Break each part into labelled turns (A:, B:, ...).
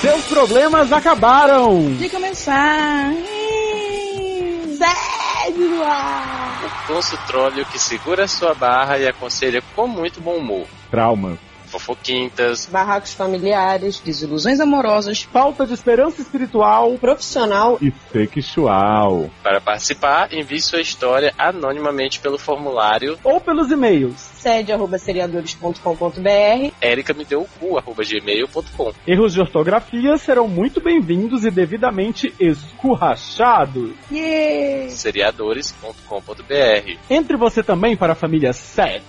A: Seus problemas acabaram!
B: De começar! Ih, Segue no ar!
C: Doce Um Trolho que segura sua barra e aconselha com muito bom humor.
A: Trauma.
C: Fofoquintas,
B: Barracos familiares, desilusões amorosas, Um
A: Falta de esperança espiritual
B: profissional.
A: e sexual.
C: para participar, envie sua história anonimamente pelo formulário
A: Ou pelos e-mails.
B: Sede arroba seriadores.com.br.
C: ericamedeucu.gmail.com
A: Erros de ortografia serão muito bem-vindos e devidamente escurrachados.
B: Yeah!
C: seriadores.com.br
A: Entre você também para a família 7.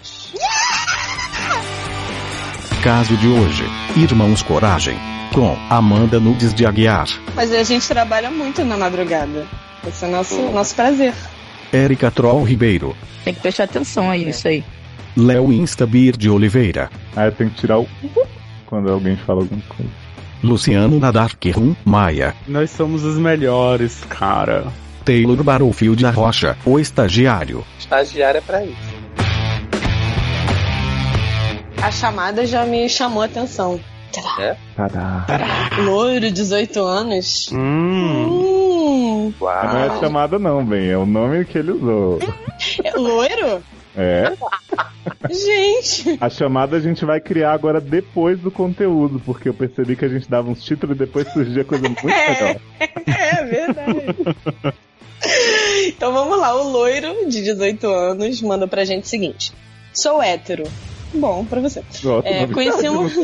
D: Caso de hoje, Irmãos Coragem, com Amanda Nudes de Aguiar,
B: Mas a gente trabalha muito na madrugada. Esse é o nosso, nosso prazer.
D: Érica Troll Ribeiro,
E: Tem que prestar atenção aí, isso aí.
D: Léo Instabir de Oliveira,
F: Ah, eu tenho que tirar o. Quando alguém fala alguma coisa.
D: Luciano Nadarkirum Maia,
A: Nós somos os melhores, cara.
D: Taylor Barofield da Rocha, o estagiário.
C: Estagiário é pra isso.
B: A chamada já me chamou a atenção.
F: Tadá.
B: Loiro, 18 anos.
A: Hum.
B: Hum,
F: Não é chamada, não, bem. É o nome que ele usou.
B: é loiro?
F: É.
B: Gente!
F: A chamada a gente vai criar agora depois do conteúdo, porque eu percebi que a gente dava uns títulos e depois surgia coisa muito legal.
B: É verdade. Então vamos lá, o loiro de 18 anos mandou pra gente o seguinte: Sou hétero. Bom, pra você.
F: Gosto
B: É,
F: do
B: conheci um.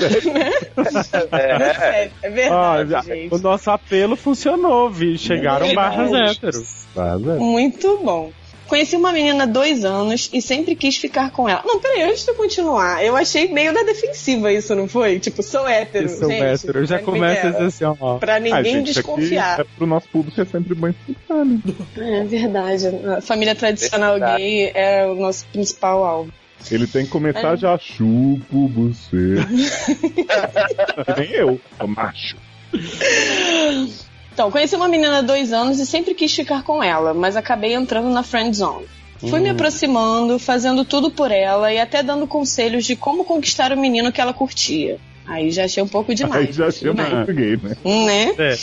C: É.
B: É, verdade,
A: Ó,
B: gente.
A: Ah,
B: É
A: o nosso apelo funcionou, vi. Chegaram
B: Verdade.
A: barras héteros.
F: Vaza.
B: Muito bom. Conheci uma menina há dois anos e sempre quis ficar com ela. Não, peraí, antes de eu continuar, eu achei meio da defensiva isso, não foi? Tipo, sou hétero,
A: Esse é o
B: gente.
A: hétero. Já
B: pra ninguém-
A: começa esse assim, ó.
B: Pra ninguém
F: Ah, gente, isso aqui
B: desconfiar.
F: é pro nosso público é sempre bom explicar, né?
B: É verdade. A família tradicional
C: Verdade.
B: gay é o nosso principal alvo.
F: Ele tem que
B: É.
F: começar já chupo você. Que Nem eu, sou macho.
B: Então, conheci uma menina há dois anos e sempre quis ficar com ela, mas acabei entrando na friend zone. Fui me aproximando, fazendo tudo por ela e até dando conselhos de como conquistar o menino que ela curtia. Aí já achei um pouco demais.
F: Aí já
B: mas tudo
F: chama
B: bem.
F: muito gay, né?
B: Né?
A: É.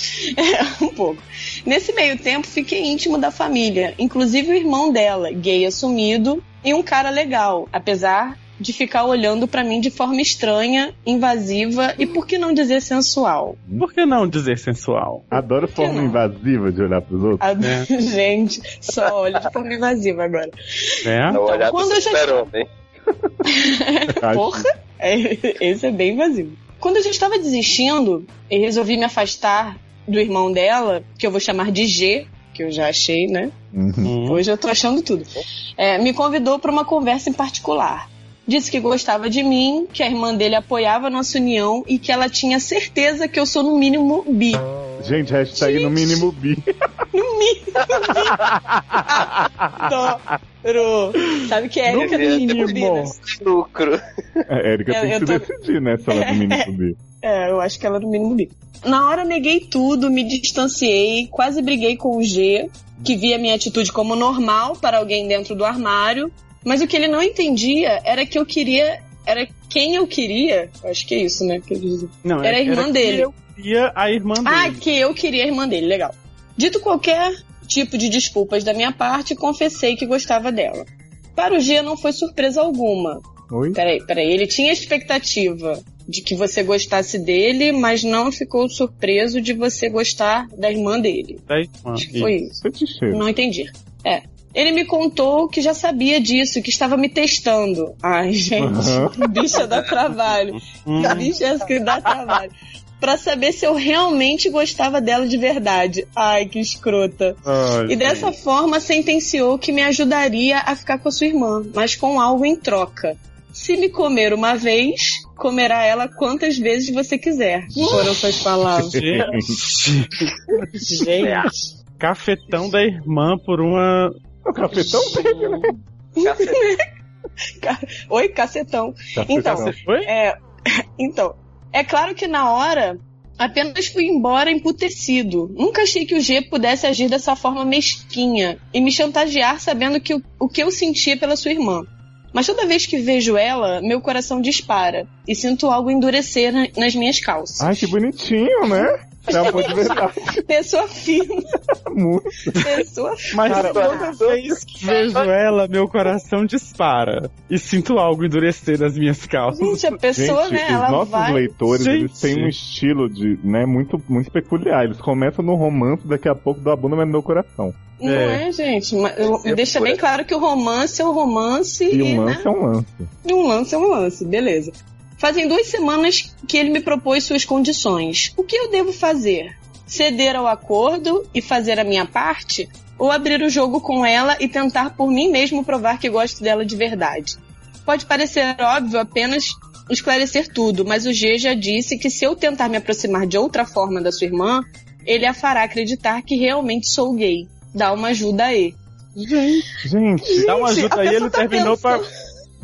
B: É, um pouco. Nesse meio tempo, fiquei íntimo da família, inclusive o irmão dela, gay assumido, e um cara legal, apesar de ficar olhando pra mim de forma estranha, invasiva e, por que não dizer, sensual.
A: Por que não dizer sensual?
F: Adoro
B: que
F: forma
B: não?
F: invasiva de olhar pros outros.
B: A... Gente, só olha de forma invasiva agora.
A: Né?
C: No olhar
B: quando
C: do
B: eu já-
C: super-homem.
F: Acho-
B: Ah, Porra! É, esse é bem invasivo. Quando eu já estava desistindo e resolvi me afastar do irmão dela, que eu vou chamar de G, que eu já achei, né?
F: Uhum.
A: Hum.
B: Hoje eu tô achando tudo. É, me convidou para uma conversa em particular. Disse que gostava de mim, que a irmã dele apoiava a nossa união e que ela tinha certeza que eu sou no mínimo bi.
F: Gente, hashtag no mínimo bi.
B: Adoro! Sabe que é
A: No
B: Erika do
A: mínimo.
B: mínimo bi, né?
C: Lucro.
F: A Erika
B: Eu-
F: É, tem
B: eu
F: que
B: tô-
F: se decidir, né? Se ela é do mínimo bi.
B: É, eu acho que ela é no mínimo bi. Na hora neguei tudo, me distanciei, quase briguei com o G, que via minha atitude como normal para alguém dentro do armário. Mas o que ele não entendia era que eu queria. Era quem eu queria. eu Acho que é isso, né? Que eu disse.
A: Não,
B: Era a irmã
A: que
B: dele.
A: Eu queria a irmã
B: Ah,
A: dele.
B: que eu queria a irmã dele, legal. Dito qualquer tipo de desculpas da minha parte, confessei que gostava dela. Para o G não foi surpresa alguma.
F: Oi?
B: Peraí, peraí, ele tinha expectativa de que você gostasse dele, mas não ficou surpreso de você gostar da irmã dele.
A: Da irmã.
B: Acho que foi isso.
F: Feticheiro.
B: Não entendi. É. Ele me contou que já sabia disso, que estava me testando. Ai, gente, bicha dá trabalho.
A: Hum,
B: Bicho, essa que dá trabalho. Pra saber se eu realmente gostava dela de verdade. Ai, que escrota.
F: Olha,
B: E dessa forma sentenciou que me ajudaria a ficar com a sua irmã, mas com algo em troca. Se me comer uma vez, comerá ela quantas vezes você quiser. Foram suas palavras.
A: gente,
B: Gente.
A: cafetão da irmã por uma.
F: O cafetão teve, né?
B: Oi, cacetão. Então,
F: Cafetão.
A: Oi?
B: É, então, é claro que na hora apenas fui embora emputecido. Nunca achei que o G pudesse agir dessa forma mesquinha e me chantagear sabendo que o, o que eu sentia pela sua irmã. Mas toda vez que vejo ela, meu coração dispara e sinto algo endurecer na- nas minhas calças.
F: Ai, que bonitinho, né? É um amor de verdade. é
B: Pessoa fina,
F: Muito.
B: pessoa
A: Mas
F: Cara,
A: toda vez que vejo ela, meu coração dispara. E sinto algo endurecer nas minhas calças.
B: Gente, a pessoa,
F: Gente,
B: né?
F: os
B: Ela
F: nossos
B: vai.
F: leitores, eles
A: Gente.
F: têm um estilo de, né, muito, muito peculiar. Eles começam no romance, daqui a pouco do Abunda mas no meu coração.
B: Não é, gente? Mas eu-
C: É
B: deixa
C: pura.
B: bem claro que o romance é o romance
F: E
B: e,
F: um
B: né,
F: lance é um lance.
B: E um lance é um lance, beleza. Fazem duas semanas que ele me propôs suas condições. O que eu devo fazer? Ceder ao acordo e fazer a minha parte? Ou abrir o jogo com ela e tentar por mim mesmo provar que gosto dela de verdade? Pode parecer óbvio apenas esclarecer tudo, mas o G já disse que se eu tentar me aproximar de outra forma da sua irmã, ele a fará acreditar que realmente sou gay. Dá uma ajuda aí.
F: Gente,
A: Dá uma
B: Gente,
A: ajuda
B: a
A: aí,
B: pessoa
A: ele
B: tá
A: terminou pra.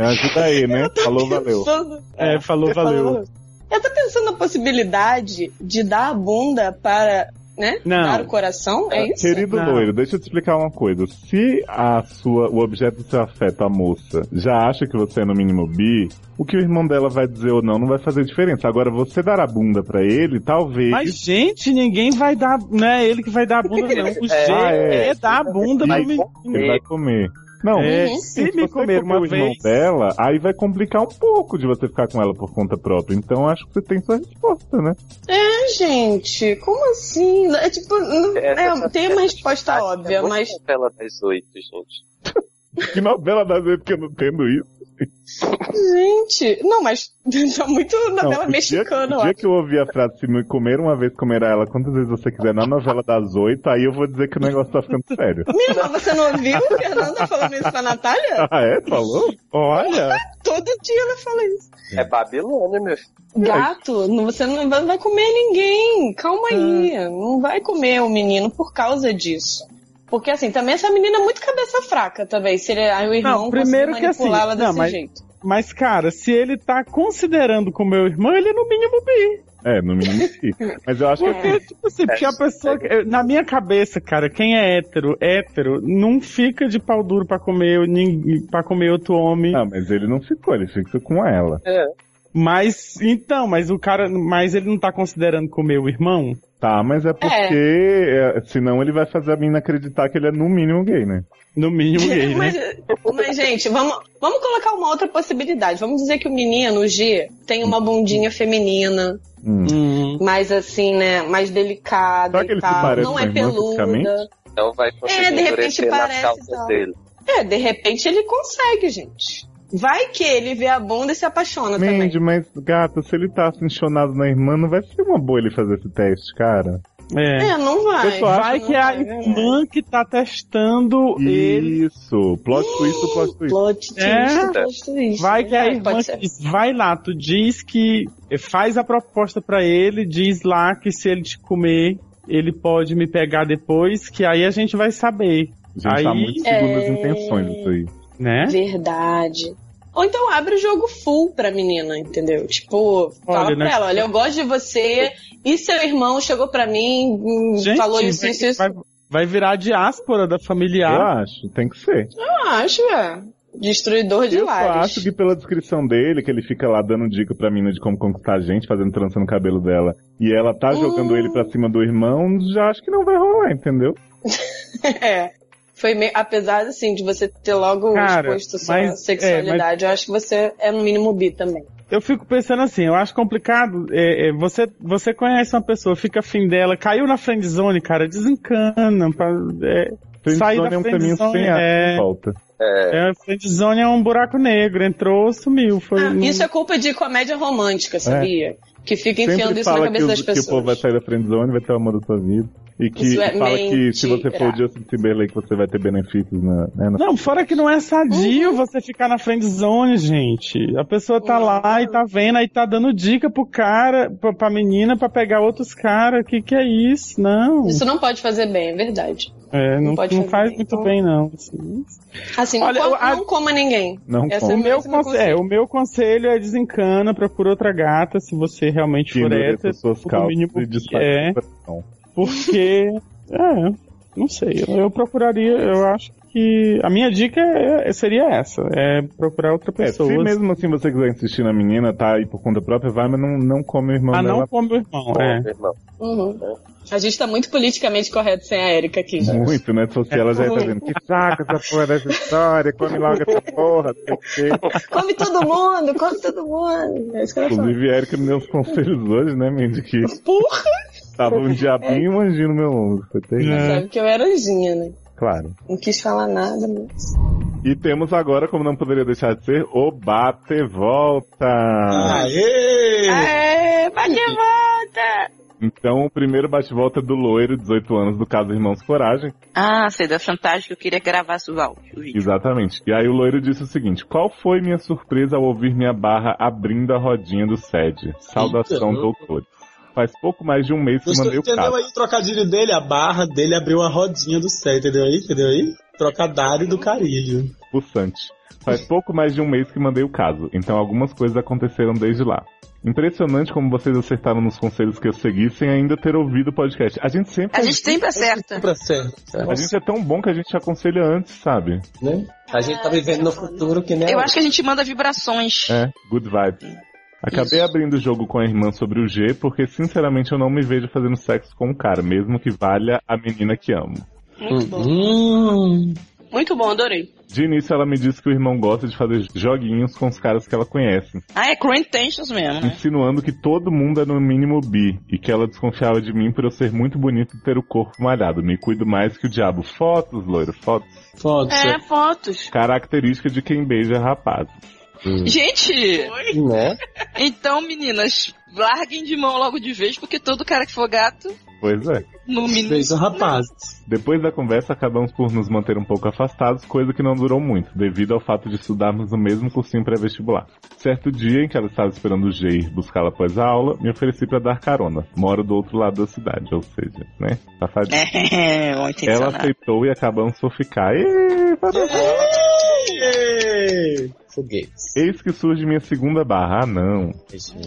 F: ajuda aí, né? Falou, valeu.
B: Pensando-
A: É, falou, valeu.
B: Eu tô pensando na possibilidade de dar a bunda para, né?
A: Não. Ah,
B: Dar o coração, é isso?
F: Ah, Querido
A: Não.
F: loiro, deixa eu te explicar uma coisa. Se a sua, o objeto do seu afeto, a moça, já acha que você é no mínimo bi, o que o irmão dela vai dizer ou não não vai fazer diferença. Agora, você dar a bunda pra ele, talvez.
A: Mas, gente, ninguém vai dar. Não é ele que vai dar a bunda, não. O jeito
F: Ah,
A: é,
F: é.
A: dar a bunda pro
F: Mas- ele
A: menino.
F: vai comer. Não,
A: É,
B: Uhum.
A: se
F: você
A: me comer uma
F: o irmão
A: vez.
F: dela, aí vai complicar um pouco de você ficar com ela por conta própria. Então acho que você tem sua resposta, né?
B: Ah, gente, como assim? É tipo, não- é, tem uma resposta óbvia, mas
C: Pela das oito, gente.
F: Que novela das vezes que eu não entendo isso.
B: gente, não, mas tá muito novela
F: Não, o dia-
B: mexicana,
F: O
B: ó.
F: dia que eu ouvi a frase, se me comer uma vez, comerá ela quantas vezes você quiser na novela das oito, aí eu vou dizer que o negócio tá ficando sério.
B: Menina, você não ouviu a Fernanda tá falando isso pra Natália?
F: Ah, é? Falou?
A: Olha,
B: Todo dia ela fala isso.
C: É Babilônia, meu filho.
B: Gato, não- você não vai vai comer ninguém. Calma
A: Ah.
B: aí. Não vai comer o menino por causa disso. Porque assim, também essa menina é muito cabeça fraca também. Se ele, aí o irmão
A: Não, primeiro
B: conseguir
A: que
B: manipular
A: assim,
B: ela
A: não,
B: desse
A: mas-
B: jeito.
A: mas cara, se ele tá considerando com meu irmão, ele é no mínimo bi.
F: É, no mínimo sim. Mas eu acho que
A: Porque, tipo assim,
B: É,
A: porque a pessoa. eu- Na minha cabeça, cara, quem é hétero, hétero, não fica de pau duro pra comer, nin- pra comer outro homem.
F: Ah, mas ele não ficou, ele fica com ela.
A: Mas, então, mas o cara. Mas ele não tá considerando comer o irmão?
F: Tá, mas é porque é, senão ele vai fazer a mina acreditar que ele é no mínimo gay, né?
A: No mínimo ele, né?
B: Mas, mas, gente, vamos, vamos colocar uma outra possibilidade. Vamos dizer que o menino, o G, tem uma bundinha feminina,
F: Hum.
A: Hum.
B: mais assim, né? Mais delicada.
F: Será que
B: e
F: ele se
B: tal.
F: parece
B: não
F: com
B: é
F: a irmã fisicamente?
B: peluda.
C: Não Então vai conseguir
B: É, de repente
C: endurecer nas
B: parece,
C: calças
B: então.
C: dele.
B: É, de repente ele consegue, gente. Vai que ele vê a bunda e se apaixona também.
F: Mandy, mas gata, se ele tá apaixonado na irmã, não vai ser uma boa ele fazer esse teste, cara.
A: É.
B: É, não vai.
A: Pessoal, vai
B: Não
A: que é a
B: vai, não
A: irmã que tá testando ele.
F: Isso, plot twist, plot
B: vai.
F: twist.
B: Plot twist,
A: É.
B: plot twist.
A: Vai que é a
B: É,
A: irmã
B: pode
A: que
B: ser.
A: diz, vai lá, tu diz que faz a proposta pra ele, diz lá que se ele te comer, ele pode me pegar depois, que aí a gente vai saber,
F: Gente, tá
A: Aí-
F: muito segundo as
B: É.
F: intenções isso aí.
A: né?
B: Verdade. Ou então abre o jogo full pra menina, entendeu? Tipo, fala
A: Olha,
B: pra
A: né?
B: ela, olha, eu gosto de você, e seu irmão chegou pra mim, hum,
A: Gente,
B: falou isso,
A: vai,
B: isso, isso.
A: vai, vai virar diáspora da
F: Eu
A: familiar.
F: acho, tem que ser.
B: Eu acho, é. Destruidor de
F: Eu só
B: lares.
F: acho que pela descrição dele, que ele fica lá dando dica pra mina de como conquistar a gente, fazendo trança no cabelo dela, e ela tá jogando
B: Hum.
F: ele pra cima do irmão, já acho que não vai rolar, entendeu?
B: É. Foi meio, apesar assim, de você ter logo
A: Cara,
B: exposto sua
A: mas- é, mas-
B: sexualidade, eu acho que você é no mínimo bi também.
A: Eu fico pensando assim, eu acho complicado. é, é, você, você conhece uma pessoa, fica afim dela, caiu na friendzone, cara, desencana. pra- é, Sair
F: Friendzone
A: da
F: é um caminho
A: friendzone
F: sem
A: é-
F: é... volta.
A: É, a friendzone é um buraco negro, entrou, sumiu. Foi, um É.
B: Ah, Isso é culpa de comédia romântica, sabia? Que fica enfiando
F: Sempre
B: isso na
F: fala que,
B: cabeça
F: o-
B: das
F: que o povo vai
B: pessoas.
F: sair da friendzone, vai ter o amor da sua vida. E que
B: Isso é
F: fala que se você for o
B: mentira.
F: Justin Timberlake, você vai ter benefícios na... né, na-
A: Não, fora que não é sadio
B: Uhum.
A: você ficar na friendzone, gente. A pessoa tá
B: Não.
A: lá e tá vendo, aí tá dando dica pro cara, pra, pra menina, pra pegar outros caras. Que que é isso? Não.
B: Isso não pode fazer bem, é verdade.
A: É, não,
B: não pode
A: não
B: fazer
A: faz
B: bem,
A: muito
B: então.
A: bem, não. Assim,
B: Assim,
A: Olha,
B: não,
A: eu-
B: coma, não coma ninguém.
F: Não
B: Essa
A: O
F: conta.
B: Esse
A: meu,
B: é meu
A: conselho, é, o meu conselho é desencana, procura outra gata se você realmente
F: Que
A: for
F: endureça
A: hétero,
F: as suas
A: o
F: calças
A: é mínimo
F: e
A: que
F: desfaz
A: é.
F: o coração.
A: porque. é, não sei. Eu, eu procuraria, eu acho que. A minha dica é- é- seria essa: é procurar outra
F: É,
A: pessoa.
F: se mesmo assim você quiser insistir na menina, tá aí por conta própria, vai, mas não, não come o irmão
A: Ah, não
F: dela
A: como irmão. É.
G: Irmão.
B: Uhum. A gente tá muito politicamente correto sem a Erika aqui, gente.
F: muito, né? Se fosse ela, já ia tá dizendo, que saco essa porra dessa história, come logo essa porra, não sei o quê.
B: Come todo mundo, come todo mundo. É isso que ela fala.
F: Inclusive, a Erika me deu uns conselhos hoje, né, Mandy, que
B: Porra!
F: tava um diabinho e um anjinho no meu ombro, foi terrível.
B: Sabe que eu era anjinha, né?
F: Claro.
B: Não quis falar nada, né? mas.
F: E temos agora, como não poderia deixar de ser, o Bate Volta. Ah,
G: Aê!
E: É, bate a volta!
F: Então, o primeiro bate-volta é do loiro, 18 anos, do caso Irmãos Coragem,
E: Ah, sei da chantagem que eu queria gravar o áudio. o vídeo.
F: Exatamente. E aí o loiro disse o seguinte: Qual foi minha surpresa ao ouvir minha barra abrindo a rodinha do SED? Saudação,
G: Eita.
F: doutores. Faz pouco mais de um mês que
G: Gostou-
F: mandei o
G: entendeu
F: caso.
G: aí o trocadilho dele? A barra dele abriu a rodinha do céu, entendeu aí? Entendeu aí? Trocadilho do carilho.
F: Pulsante. Faz pouco mais de um mês que mandei o caso, então algumas coisas aconteceram desde lá. Impressionante como vocês acertaram nos conselhos que eu segui sem ainda ter ouvido o podcast. A gente sempre.
E: A gente sempre acerta.
G: Pra certo.
F: A gente é tão bom que a gente te aconselha antes, sabe?
G: né? A gente tá vivendo no futuro que nem.
E: Eu acho que a gente manda vibrações.
F: É, good vibes. Acabei abrindo o jogo com a irmã sobre o G, porque sinceramente eu não me vejo fazendo sexo com um cara, mesmo que valha a menina que amo.
E: Muito
A: Uhum.
E: bom.
G: Hum,
E: Muito bom, adorei.
F: De início ela me disse que o irmão gosta de fazer joguinhos com os caras que ela conhece,
E: Ah, é Cruel Intentions mesmo, né?
F: insinuando que todo mundo é no mínimo bi, e que ela desconfiava de mim por eu ser muito bonito e ter o corpo malhado. Me cuido mais que o diabo. Fotos, loiro, fotos.
G: foda
E: É, fotos.
F: Característica de quem beija rapaz.
E: Gente,
G: Né?
E: então, meninas, larguem de mão logo de vez, porque todo cara que for gato,
F: Pois é.
E: no mínimo.
G: Fez o rapaz.
F: Depois da conversa, acabamos por nos manter um pouco afastados, coisa que não durou muito, devido ao fato de estudarmos no mesmo cursinho pré-vestibular. Certo dia em que ela estava esperando o G ir buscá-la após a aula, me ofereci para dar carona. Moro do outro lado da cidade, ou seja, né? Safadinha.
E: É, bom
F: Ela
E: intencionado.
F: aceitou e acabamos por ficar. Ê, parou.
G: Ei! Foguetes.
F: Eis que surge minha segunda barra. Ah, não.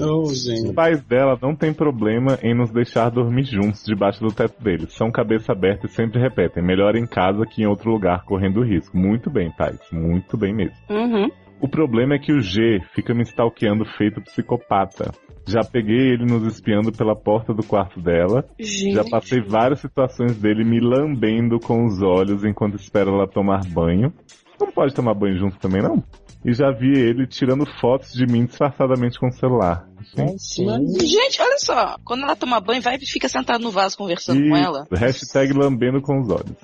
G: Oh,
F: Os
G: gente.
F: pais dela não têm problema em nos deixar dormir juntos debaixo do teto deles. São cabeça aberta e sempre repetem: melhor em casa que em outro lugar, correndo risco. Muito bem, pais. Muito bem mesmo.
E: Uhum.
F: O problema é que o G fica me stalkeando feito psicopata. Já peguei ele nos espiando pela porta do quarto dela. Já
E: Gente.
F: passei várias situações dele me lambendo com os olhos enquanto espero ela tomar banho. Não pode tomar banho junto também, não? E já vi ele tirando fotos de mim disfarçadamente com o celular. Gente,
E: Gente, olha só. Quando ela toma banho, vai e fica sentado no vaso conversando com
F: Isso,
E: ela.
F: Hashtag lambendo com os olhos.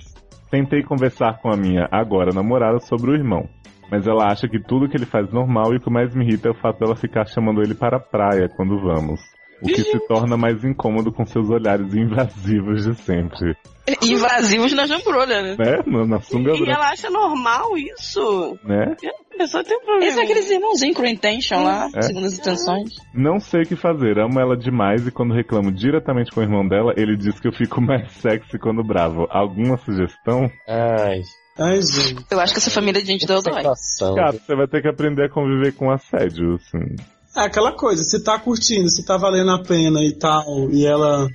F: Tentei conversar com a minha agora namorada sobre o irmão. Mas ela acha que tudo que ele faz é normal e o que mais me irrita é o fato dela ficar chamando ele para a praia quando vamos. O que se torna mais incômodo com seus olhares invasivos de sempre.
E: Invasivos nas jambrolhas, né?
F: Né? Na, na sunga
H: E
F: branca,
H: ela acha normal isso?
F: né?
H: A pessoa tem um
B: Uhum.
H: problema.
E: Esse é aqueles irmãozinhos Cruel Intention lá,
F: É.
E: segundo as intenções.
F: Não sei o que fazer, amo ela demais e quando reclamo diretamente com o irmão dela, ele diz que eu fico mais sexy quando bravo. Alguma sugestão?
G: Ai. Ai, gente.
E: Eu acho que essa família de gente deu dói.
G: Sensação.
F: Cara, você vai ter que aprender a conviver com assédio, assim.
G: É aquela coisa, se tá curtindo, se tá valendo a pena e tal, e ela.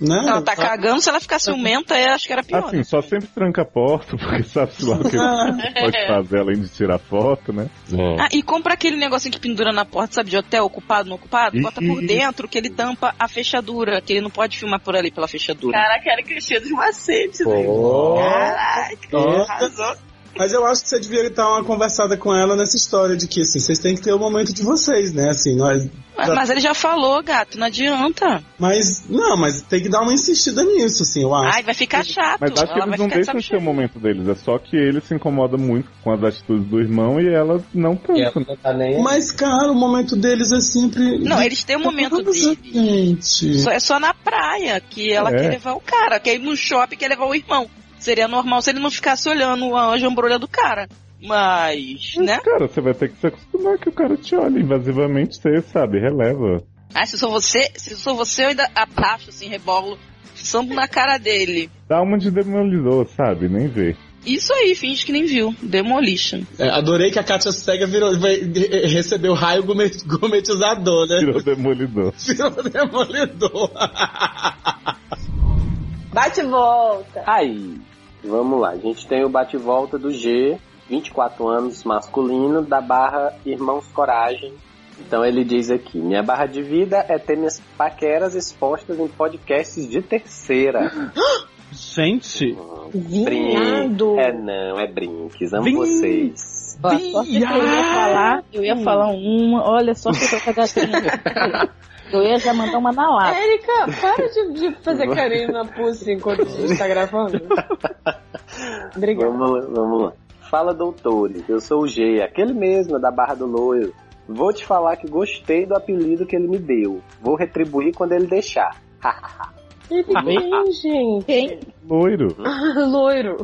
G: Né?
E: Ela tá cagando, se ela ficar ciumenta, eu é, acho que era pior. né?
F: Assim, só sempre tranca a porta, porque sabe-se lá o que ele pode fazer além de tirar foto, né?
I: É.
E: Ah, e compra aquele negocinho que pendura na porta, sabe, de hotel, ocupado, não ocupado, bota por
F: Ih.
E: dentro que ele tampa a fechadura, que ele não pode filmar por ali pela fechadura.
H: Caraca, era Cristina dos macetes.
G: Pô. Ó.
H: Arrasou.
G: Mas eu acho que você devia dar uma conversada com ela nessa história de que assim, vocês têm que ter o momento de vocês, né? Assim, nós.
E: Mas, mas ele já falou, gato, não adianta.
G: Mas. Não, mas tem que dar uma insistida nisso, assim, eu acho.
E: Ai, vai ficar chato.
F: Mas acho que
E: ela
F: eles
E: vai
F: não
E: ficar de
F: deixam
E: saco
F: de ter o
E: cheio.
F: momento deles, é só que ele se incomoda muito com as atitudes do irmão e ela não tanto. né?
G: Mas, cara, o momento deles é sempre.
E: Ah, é? Não, eles têm o
F: Tá
E: momento dele.
G: Gente.
E: Só, é só na praia que ela
F: É.
E: quer levar o cara, quer ir no shopping, quer levar o irmão. Seria normal se ele não ficasse olhando a jambrolha do cara. Mas, né?
F: Cara, você vai ter que se acostumar que o cara te olha invasivamente, você sabe, releva.
E: Ah, se sou você, se sou você, eu ainda abaixo, assim, rebolo, sambo na cara dele.
F: Dá uma de demolidor, sabe? Nem vê.
E: Isso aí, finge que nem viu. Demolition.
G: É, adorei que a Kátia Cega virou, vai- re- recebeu raio gourmet- gourmetizador, né?
F: Tirou demolidor.
G: Virou demolidor.
B: Bate e volta.
I: Aí. Vamos lá, a gente tem o bate-volta do G, 24 anos, masculino, da barra Irmãos Coragem. Então ele diz aqui: Minha barra de vida é ter minhas paqueras expostas em podcasts de terceira.
H: Gente,
I: Brinque.
J: Viado.
I: É não, é brinques, amo
H: Vin-
I: vocês.
E: Ó, só que eu ia falar, Ah eu ia falar um uma, olha só que eu tô com a gatinha. Eu ia já mandar uma na lata.
B: Érica, para de, de fazer carinho na pussy enquanto a gente tá gravando. Obrigada.
I: Vamos lá, vamos lá. Fala, doutores. Eu sou o G, aquele mesmo da Barra do Loiro. Vou te falar que gostei do apelido que ele me deu. Vou retribuir quando ele deixar.
B: Ele tem, gente.
E: Quem?
F: Loiro.
B: Loiro.
E: Ah,
F: Loiro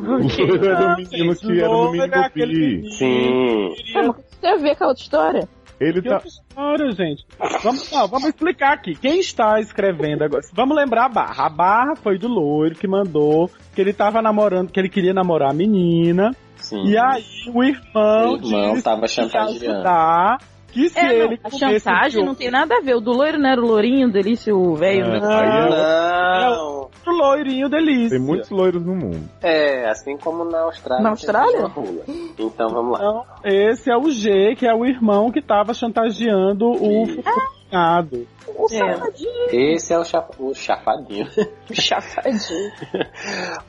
F: era o menino que era no
H: Louro
F: mínimo
H: aquele
F: bi.
H: menino.
I: Sim.
E: Ah, mas isso tem a ver com a outra história?
F: Ele
H: Que
F: tá.
H: outra história, gente. Vamos, não, vamos explicar aqui. Quem está escrevendo agora? Vamos lembrar a barra. A barra foi do loiro que mandou que ele tava namorando, que ele queria namorar a menina.
I: Sim.
H: E aí o irmão,
I: O irmão
H: disse
I: tava
H: que ia
I: chantageando.
H: ajudar, que se
E: É, não,
H: ele
E: a
H: comesse
E: chantagem
H: um
E: não tem nada a ver. O do loiro não era o lourinho, delícia,
F: É.
E: o velho. né?
F: Ah, Aí ela-
I: Não.
H: outro loirinho delícia.
F: Tem muitos loiros no mundo.
I: É, assim como na Austrália.
E: Na
I: tem
E: Austrália?
I: uma rua. Então vamos lá.
H: Então, esse é o G, que é o irmão que tava chantageando o
I: Isso.
H: funado.
E: O
B: É.
E: safadinho.
I: Esse é o, cha- o chafadinho.
B: Chafadinho.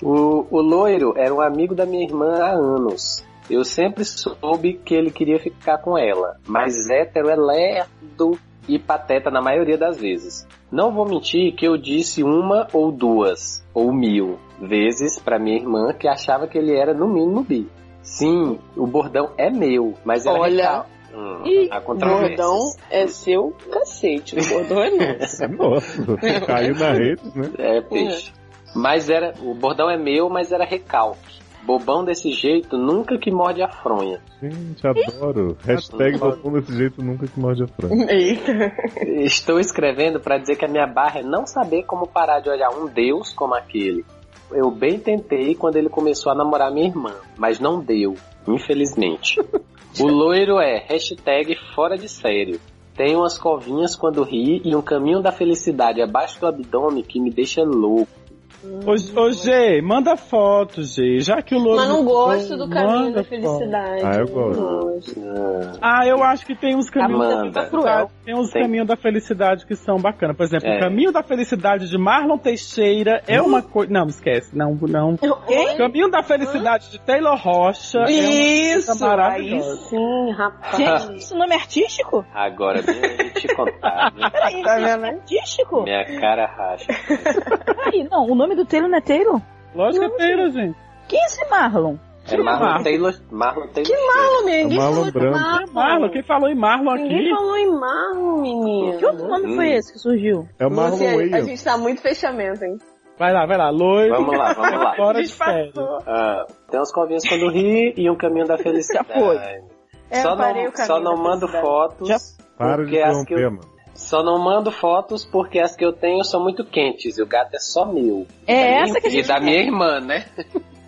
I: O, o loiro era um amigo da minha irmã há anos. Eu sempre soube que ele queria ficar com ela, mas hétero é lerdo e pateta na maioria das vezes. Não vou mentir que eu disse uma ou duas, ou mil vezes pra minha irmã que achava que ele era no mínimo bi. Sim, o bordão é meu, mas era
B: Olha.
I: recal- Hum,
B: Ih,
I: há controvérsias.
B: Bordão é seu cacete. O bordão é nosso.
F: Nossa, caiu na rede, né?
I: É peixe. Mas era. O bordão é meu, mas era recalque. Bobão desse jeito nunca que morde a fronha.
F: Gente, adoro. Hashtag botão desse jeito nunca que morde a franca.
B: Eita.
I: Estou escrevendo pra dizer que a minha barra é não saber como parar de olhar um deus como aquele. Eu bem tentei quando ele começou a namorar minha irmã, mas não deu, infelizmente. O loiro é hashtag fora de sério. Tem umas covinhas quando ri e um caminho da felicidade abaixo do abdômen que me deixa louco.
H: Ô, ô, G, manda foto, G. Já que o loiro.
B: Mas não gosto do caminho
H: manda
B: da
H: foto.
B: felicidade.
F: Ah, eu gosto.
B: Não gosto.
H: Ah, eu acho que tem uns caminhos da
I: Amanda.
H: felicidade. Tá Tem uns
I: Tá Tem.
H: caminhos da felicidade que são bacanas. Por exemplo,
I: É.
H: o caminho da felicidade de Marlon Teixeira é uma coisa. Não, esquece. Não, não. É O caminho da felicidade de Taylor Rocha é
B: Isso. Aí
H: maravilhosa.
B: sim, rapaz.
E: Gente, isso nome é artístico?
I: Agora, deixa eu te contar, viu?
E: Peraí, isso é artístico?
I: minha cara racha. É
E: Peraí, não, o nome do Taylor não é Taylor?
H: uma. Lógico que é Taylor, gente.
E: Quem é esse Marlon?
I: É Marlon Taylor. Marlon Taylor. Que
B: Marlon, menino, ninguém falou de
F: Malombrando.
B: Marlon.
H: Marlon, quem falou em Marlon
B: Ninguém
H: aqui?
B: falou em Marlon,
E: Que outro
B: menino.
E: nome foi
I: Hum,
E: esse que surgiu?
F: É o Marlon
B: Luciane, a
F: Williams.
B: gente tá muito fechamento, hein?
H: Vai lá, vai lá. Loiro.
I: Vamos lá, vamos lá.
H: Fora de série.
I: Ah, tem uns convinhos quando ri e um caminho da felicidade.
E: Já foi.
B: É,
I: só
B: eu parei
I: não,
B: o caminho
I: só não
B: da
I: mando
B: felicidade.
I: fotos.
E: Já-
F: Para de um
I: porque as que eu-
F: interromper, mano.
I: Só não mando fotos porque as que eu tenho são muito quentes e o gato é só meu.
E: É essa
I: minha-
E: que a
I: E
E: gente
I: da minha irmã, né?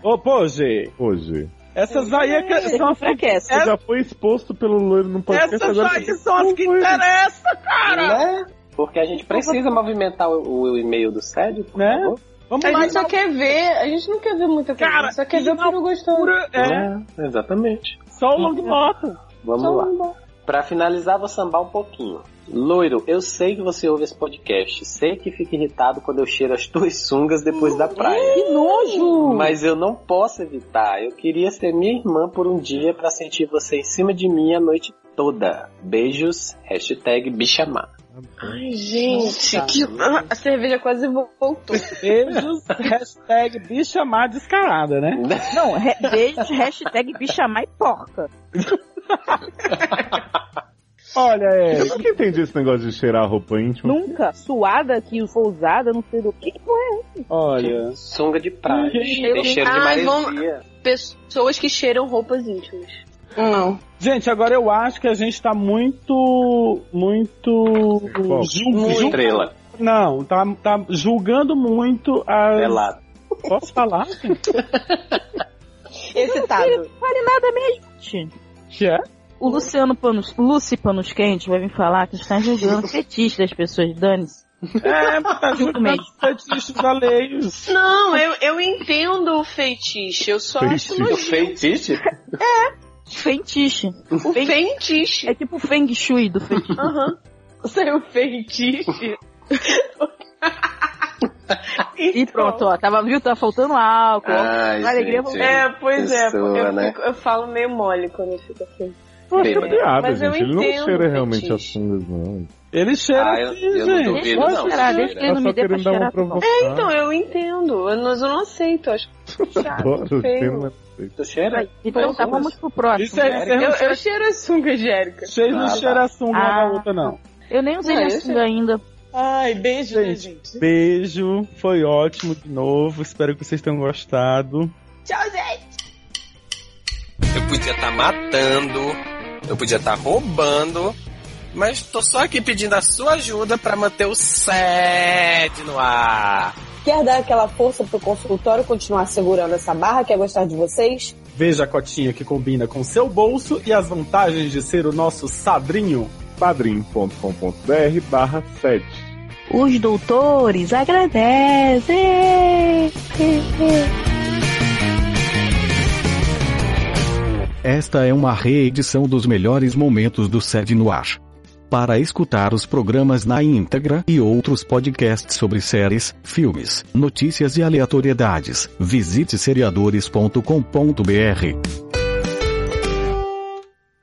H: Ô, pô, G.
F: Hoje.
H: Essas aí é que
E: Esse
H: são
E: que
H: as que
E: enfraquece.
F: Você já foi exposto pelo loiro no podcast
H: Essas
F: agora. um
H: aí são as que tá- interessam,
I: Né? Porque a gente precisa movimentar o, o e-mail do Sérgio, por
H: né?
I: favor.
H: Vamos
B: A
H: lá, é-
B: gente só quer ver, a gente não quer ver muita coisa,
H: Cara,
B: a gente só quer ver o peru gostoso.
H: Laura, é,
I: É, exatamente.
H: só o Long Moto.
I: Vamos
B: Só
I: lá.
B: um-
I: Pra finalizar, vou sambar um pouquinho. Loiro, eu sei que você ouve esse podcast. Sei que fica irritado quando eu cheiro as tuas sungas depois da praia.
E: Que nojo!
I: Mas eu não posso evitar. Eu queria ser minha irmã por um dia pra sentir você em cima de mim a noite toda. Beijos, hashtag bichamar.
B: Ai, gente, que... Ah, a cerveja quase voltou.
H: Beijos, hashtag bicha má descarada, né?
E: Não, re- beijo, hashtag bichamar e porca.
H: Olha, é.
F: Eu nunca entendi esse negócio de cheirar roupa íntima.
E: Nunca, suada que foi usada, não sei do que. Que porra é?
H: Olha.
I: Sunga de praia. Tem cheiro de
B: Ai,
I: maresia.
B: vamos- Ah, Pessoas que cheiram roupas íntimas. Hum.
J: Não.
H: Gente, agora eu acho que a gente tá muito. Muito.
F: Bom,
H: Julgando.
I: Estrela.
H: Não, tá, tá julgando muito as.
I: Pelado.
H: Posso falar? gente?
B: Excitado.
E: Vale nada mesmo, gente.
H: Que é?
E: O Luciano Panos, Lucy Panos Quente vai vir falar que está julgando o fetiche das pessoas, dane-se.
H: É, tá julgando os feitiços alheios.
K: Não, eu, eu entendo o feitiço, eu só acho
L: O
K: nojento.
L: feitiço?
E: Feitiche.
K: O feitiço.
E: É tipo o Feng Shui do feitiço.
K: Aham.
B: Seu feitiço.
K: Então.
E: E pronto, ó. Tava, viu? Tava faltando álcool.
K: É.
E: ó.
L: Ai,
E: A alegria
L: gente.
E: voltou.
B: É, pois é.
L: Pessoa,
B: eu,
L: né?
B: fico- eu falo meio mole quando eu fico assim.
F: Poxa,
L: Bêbado.
F: é piada,
B: Mas eu
F: gente. Ele não
B: entendo,
F: cheira realmente
B: gente.
F: as fungas, não.
H: Ele cheira
L: Ah, eu-
H: assim,
L: eu não
H: gente.
L: duvido.
E: Deixa
L: Não,
E: eu esperar,
L: não,
E: deixa
L: não.
E: ele
F: Ela
E: não
F: só
E: me dê pra
F: querendo dar uma
E: cheirar. tá bom.
F: provocação.
B: Então, eu entendo. Eu, mas eu não aceito. Eu acho chato,
F: Adoro cheiro,
B: feio.
F: mas-
L: Tu cheira?
E: Então tá, vamos pro próximo.
H: Isso é
K: é
H: aí,
L: Érica.
B: Eu,
H: vocês não cheiram-
B: eu cheiro a sunga de Érica.
H: vocês não
L: Ah, tá.
H: cheiram a sunga uma
E: Ah.
H: da outra, não.
E: Eu nem usei
B: Não,
E: a
B: eu
E: sunga ainda.
B: Ai, beijo, né, gente?
H: Beijo, foi ótimo de novo. Espero que vocês tenham gostado.
I: Eu podia estar matando, eu podia estar roubando, mas tô só aqui pedindo a sua ajuda pra manter o sede no ar.
K: Quer dar aquela força pro consultório continuar segurando essa barra? Quer gostar de vocês?
H: Veja a cotinha que combina com seu bolso e as vantagens de ser o nosso sadrinho.
F: padrim.com.br barra 7.
E: Os doutores agradecem.
D: Esta é uma reedição dos melhores momentos do Sede no Ar. Para escutar os programas na íntegra e outros podcasts sobre séries, filmes, notícias e aleatoriedades, visite seriadores.com.br.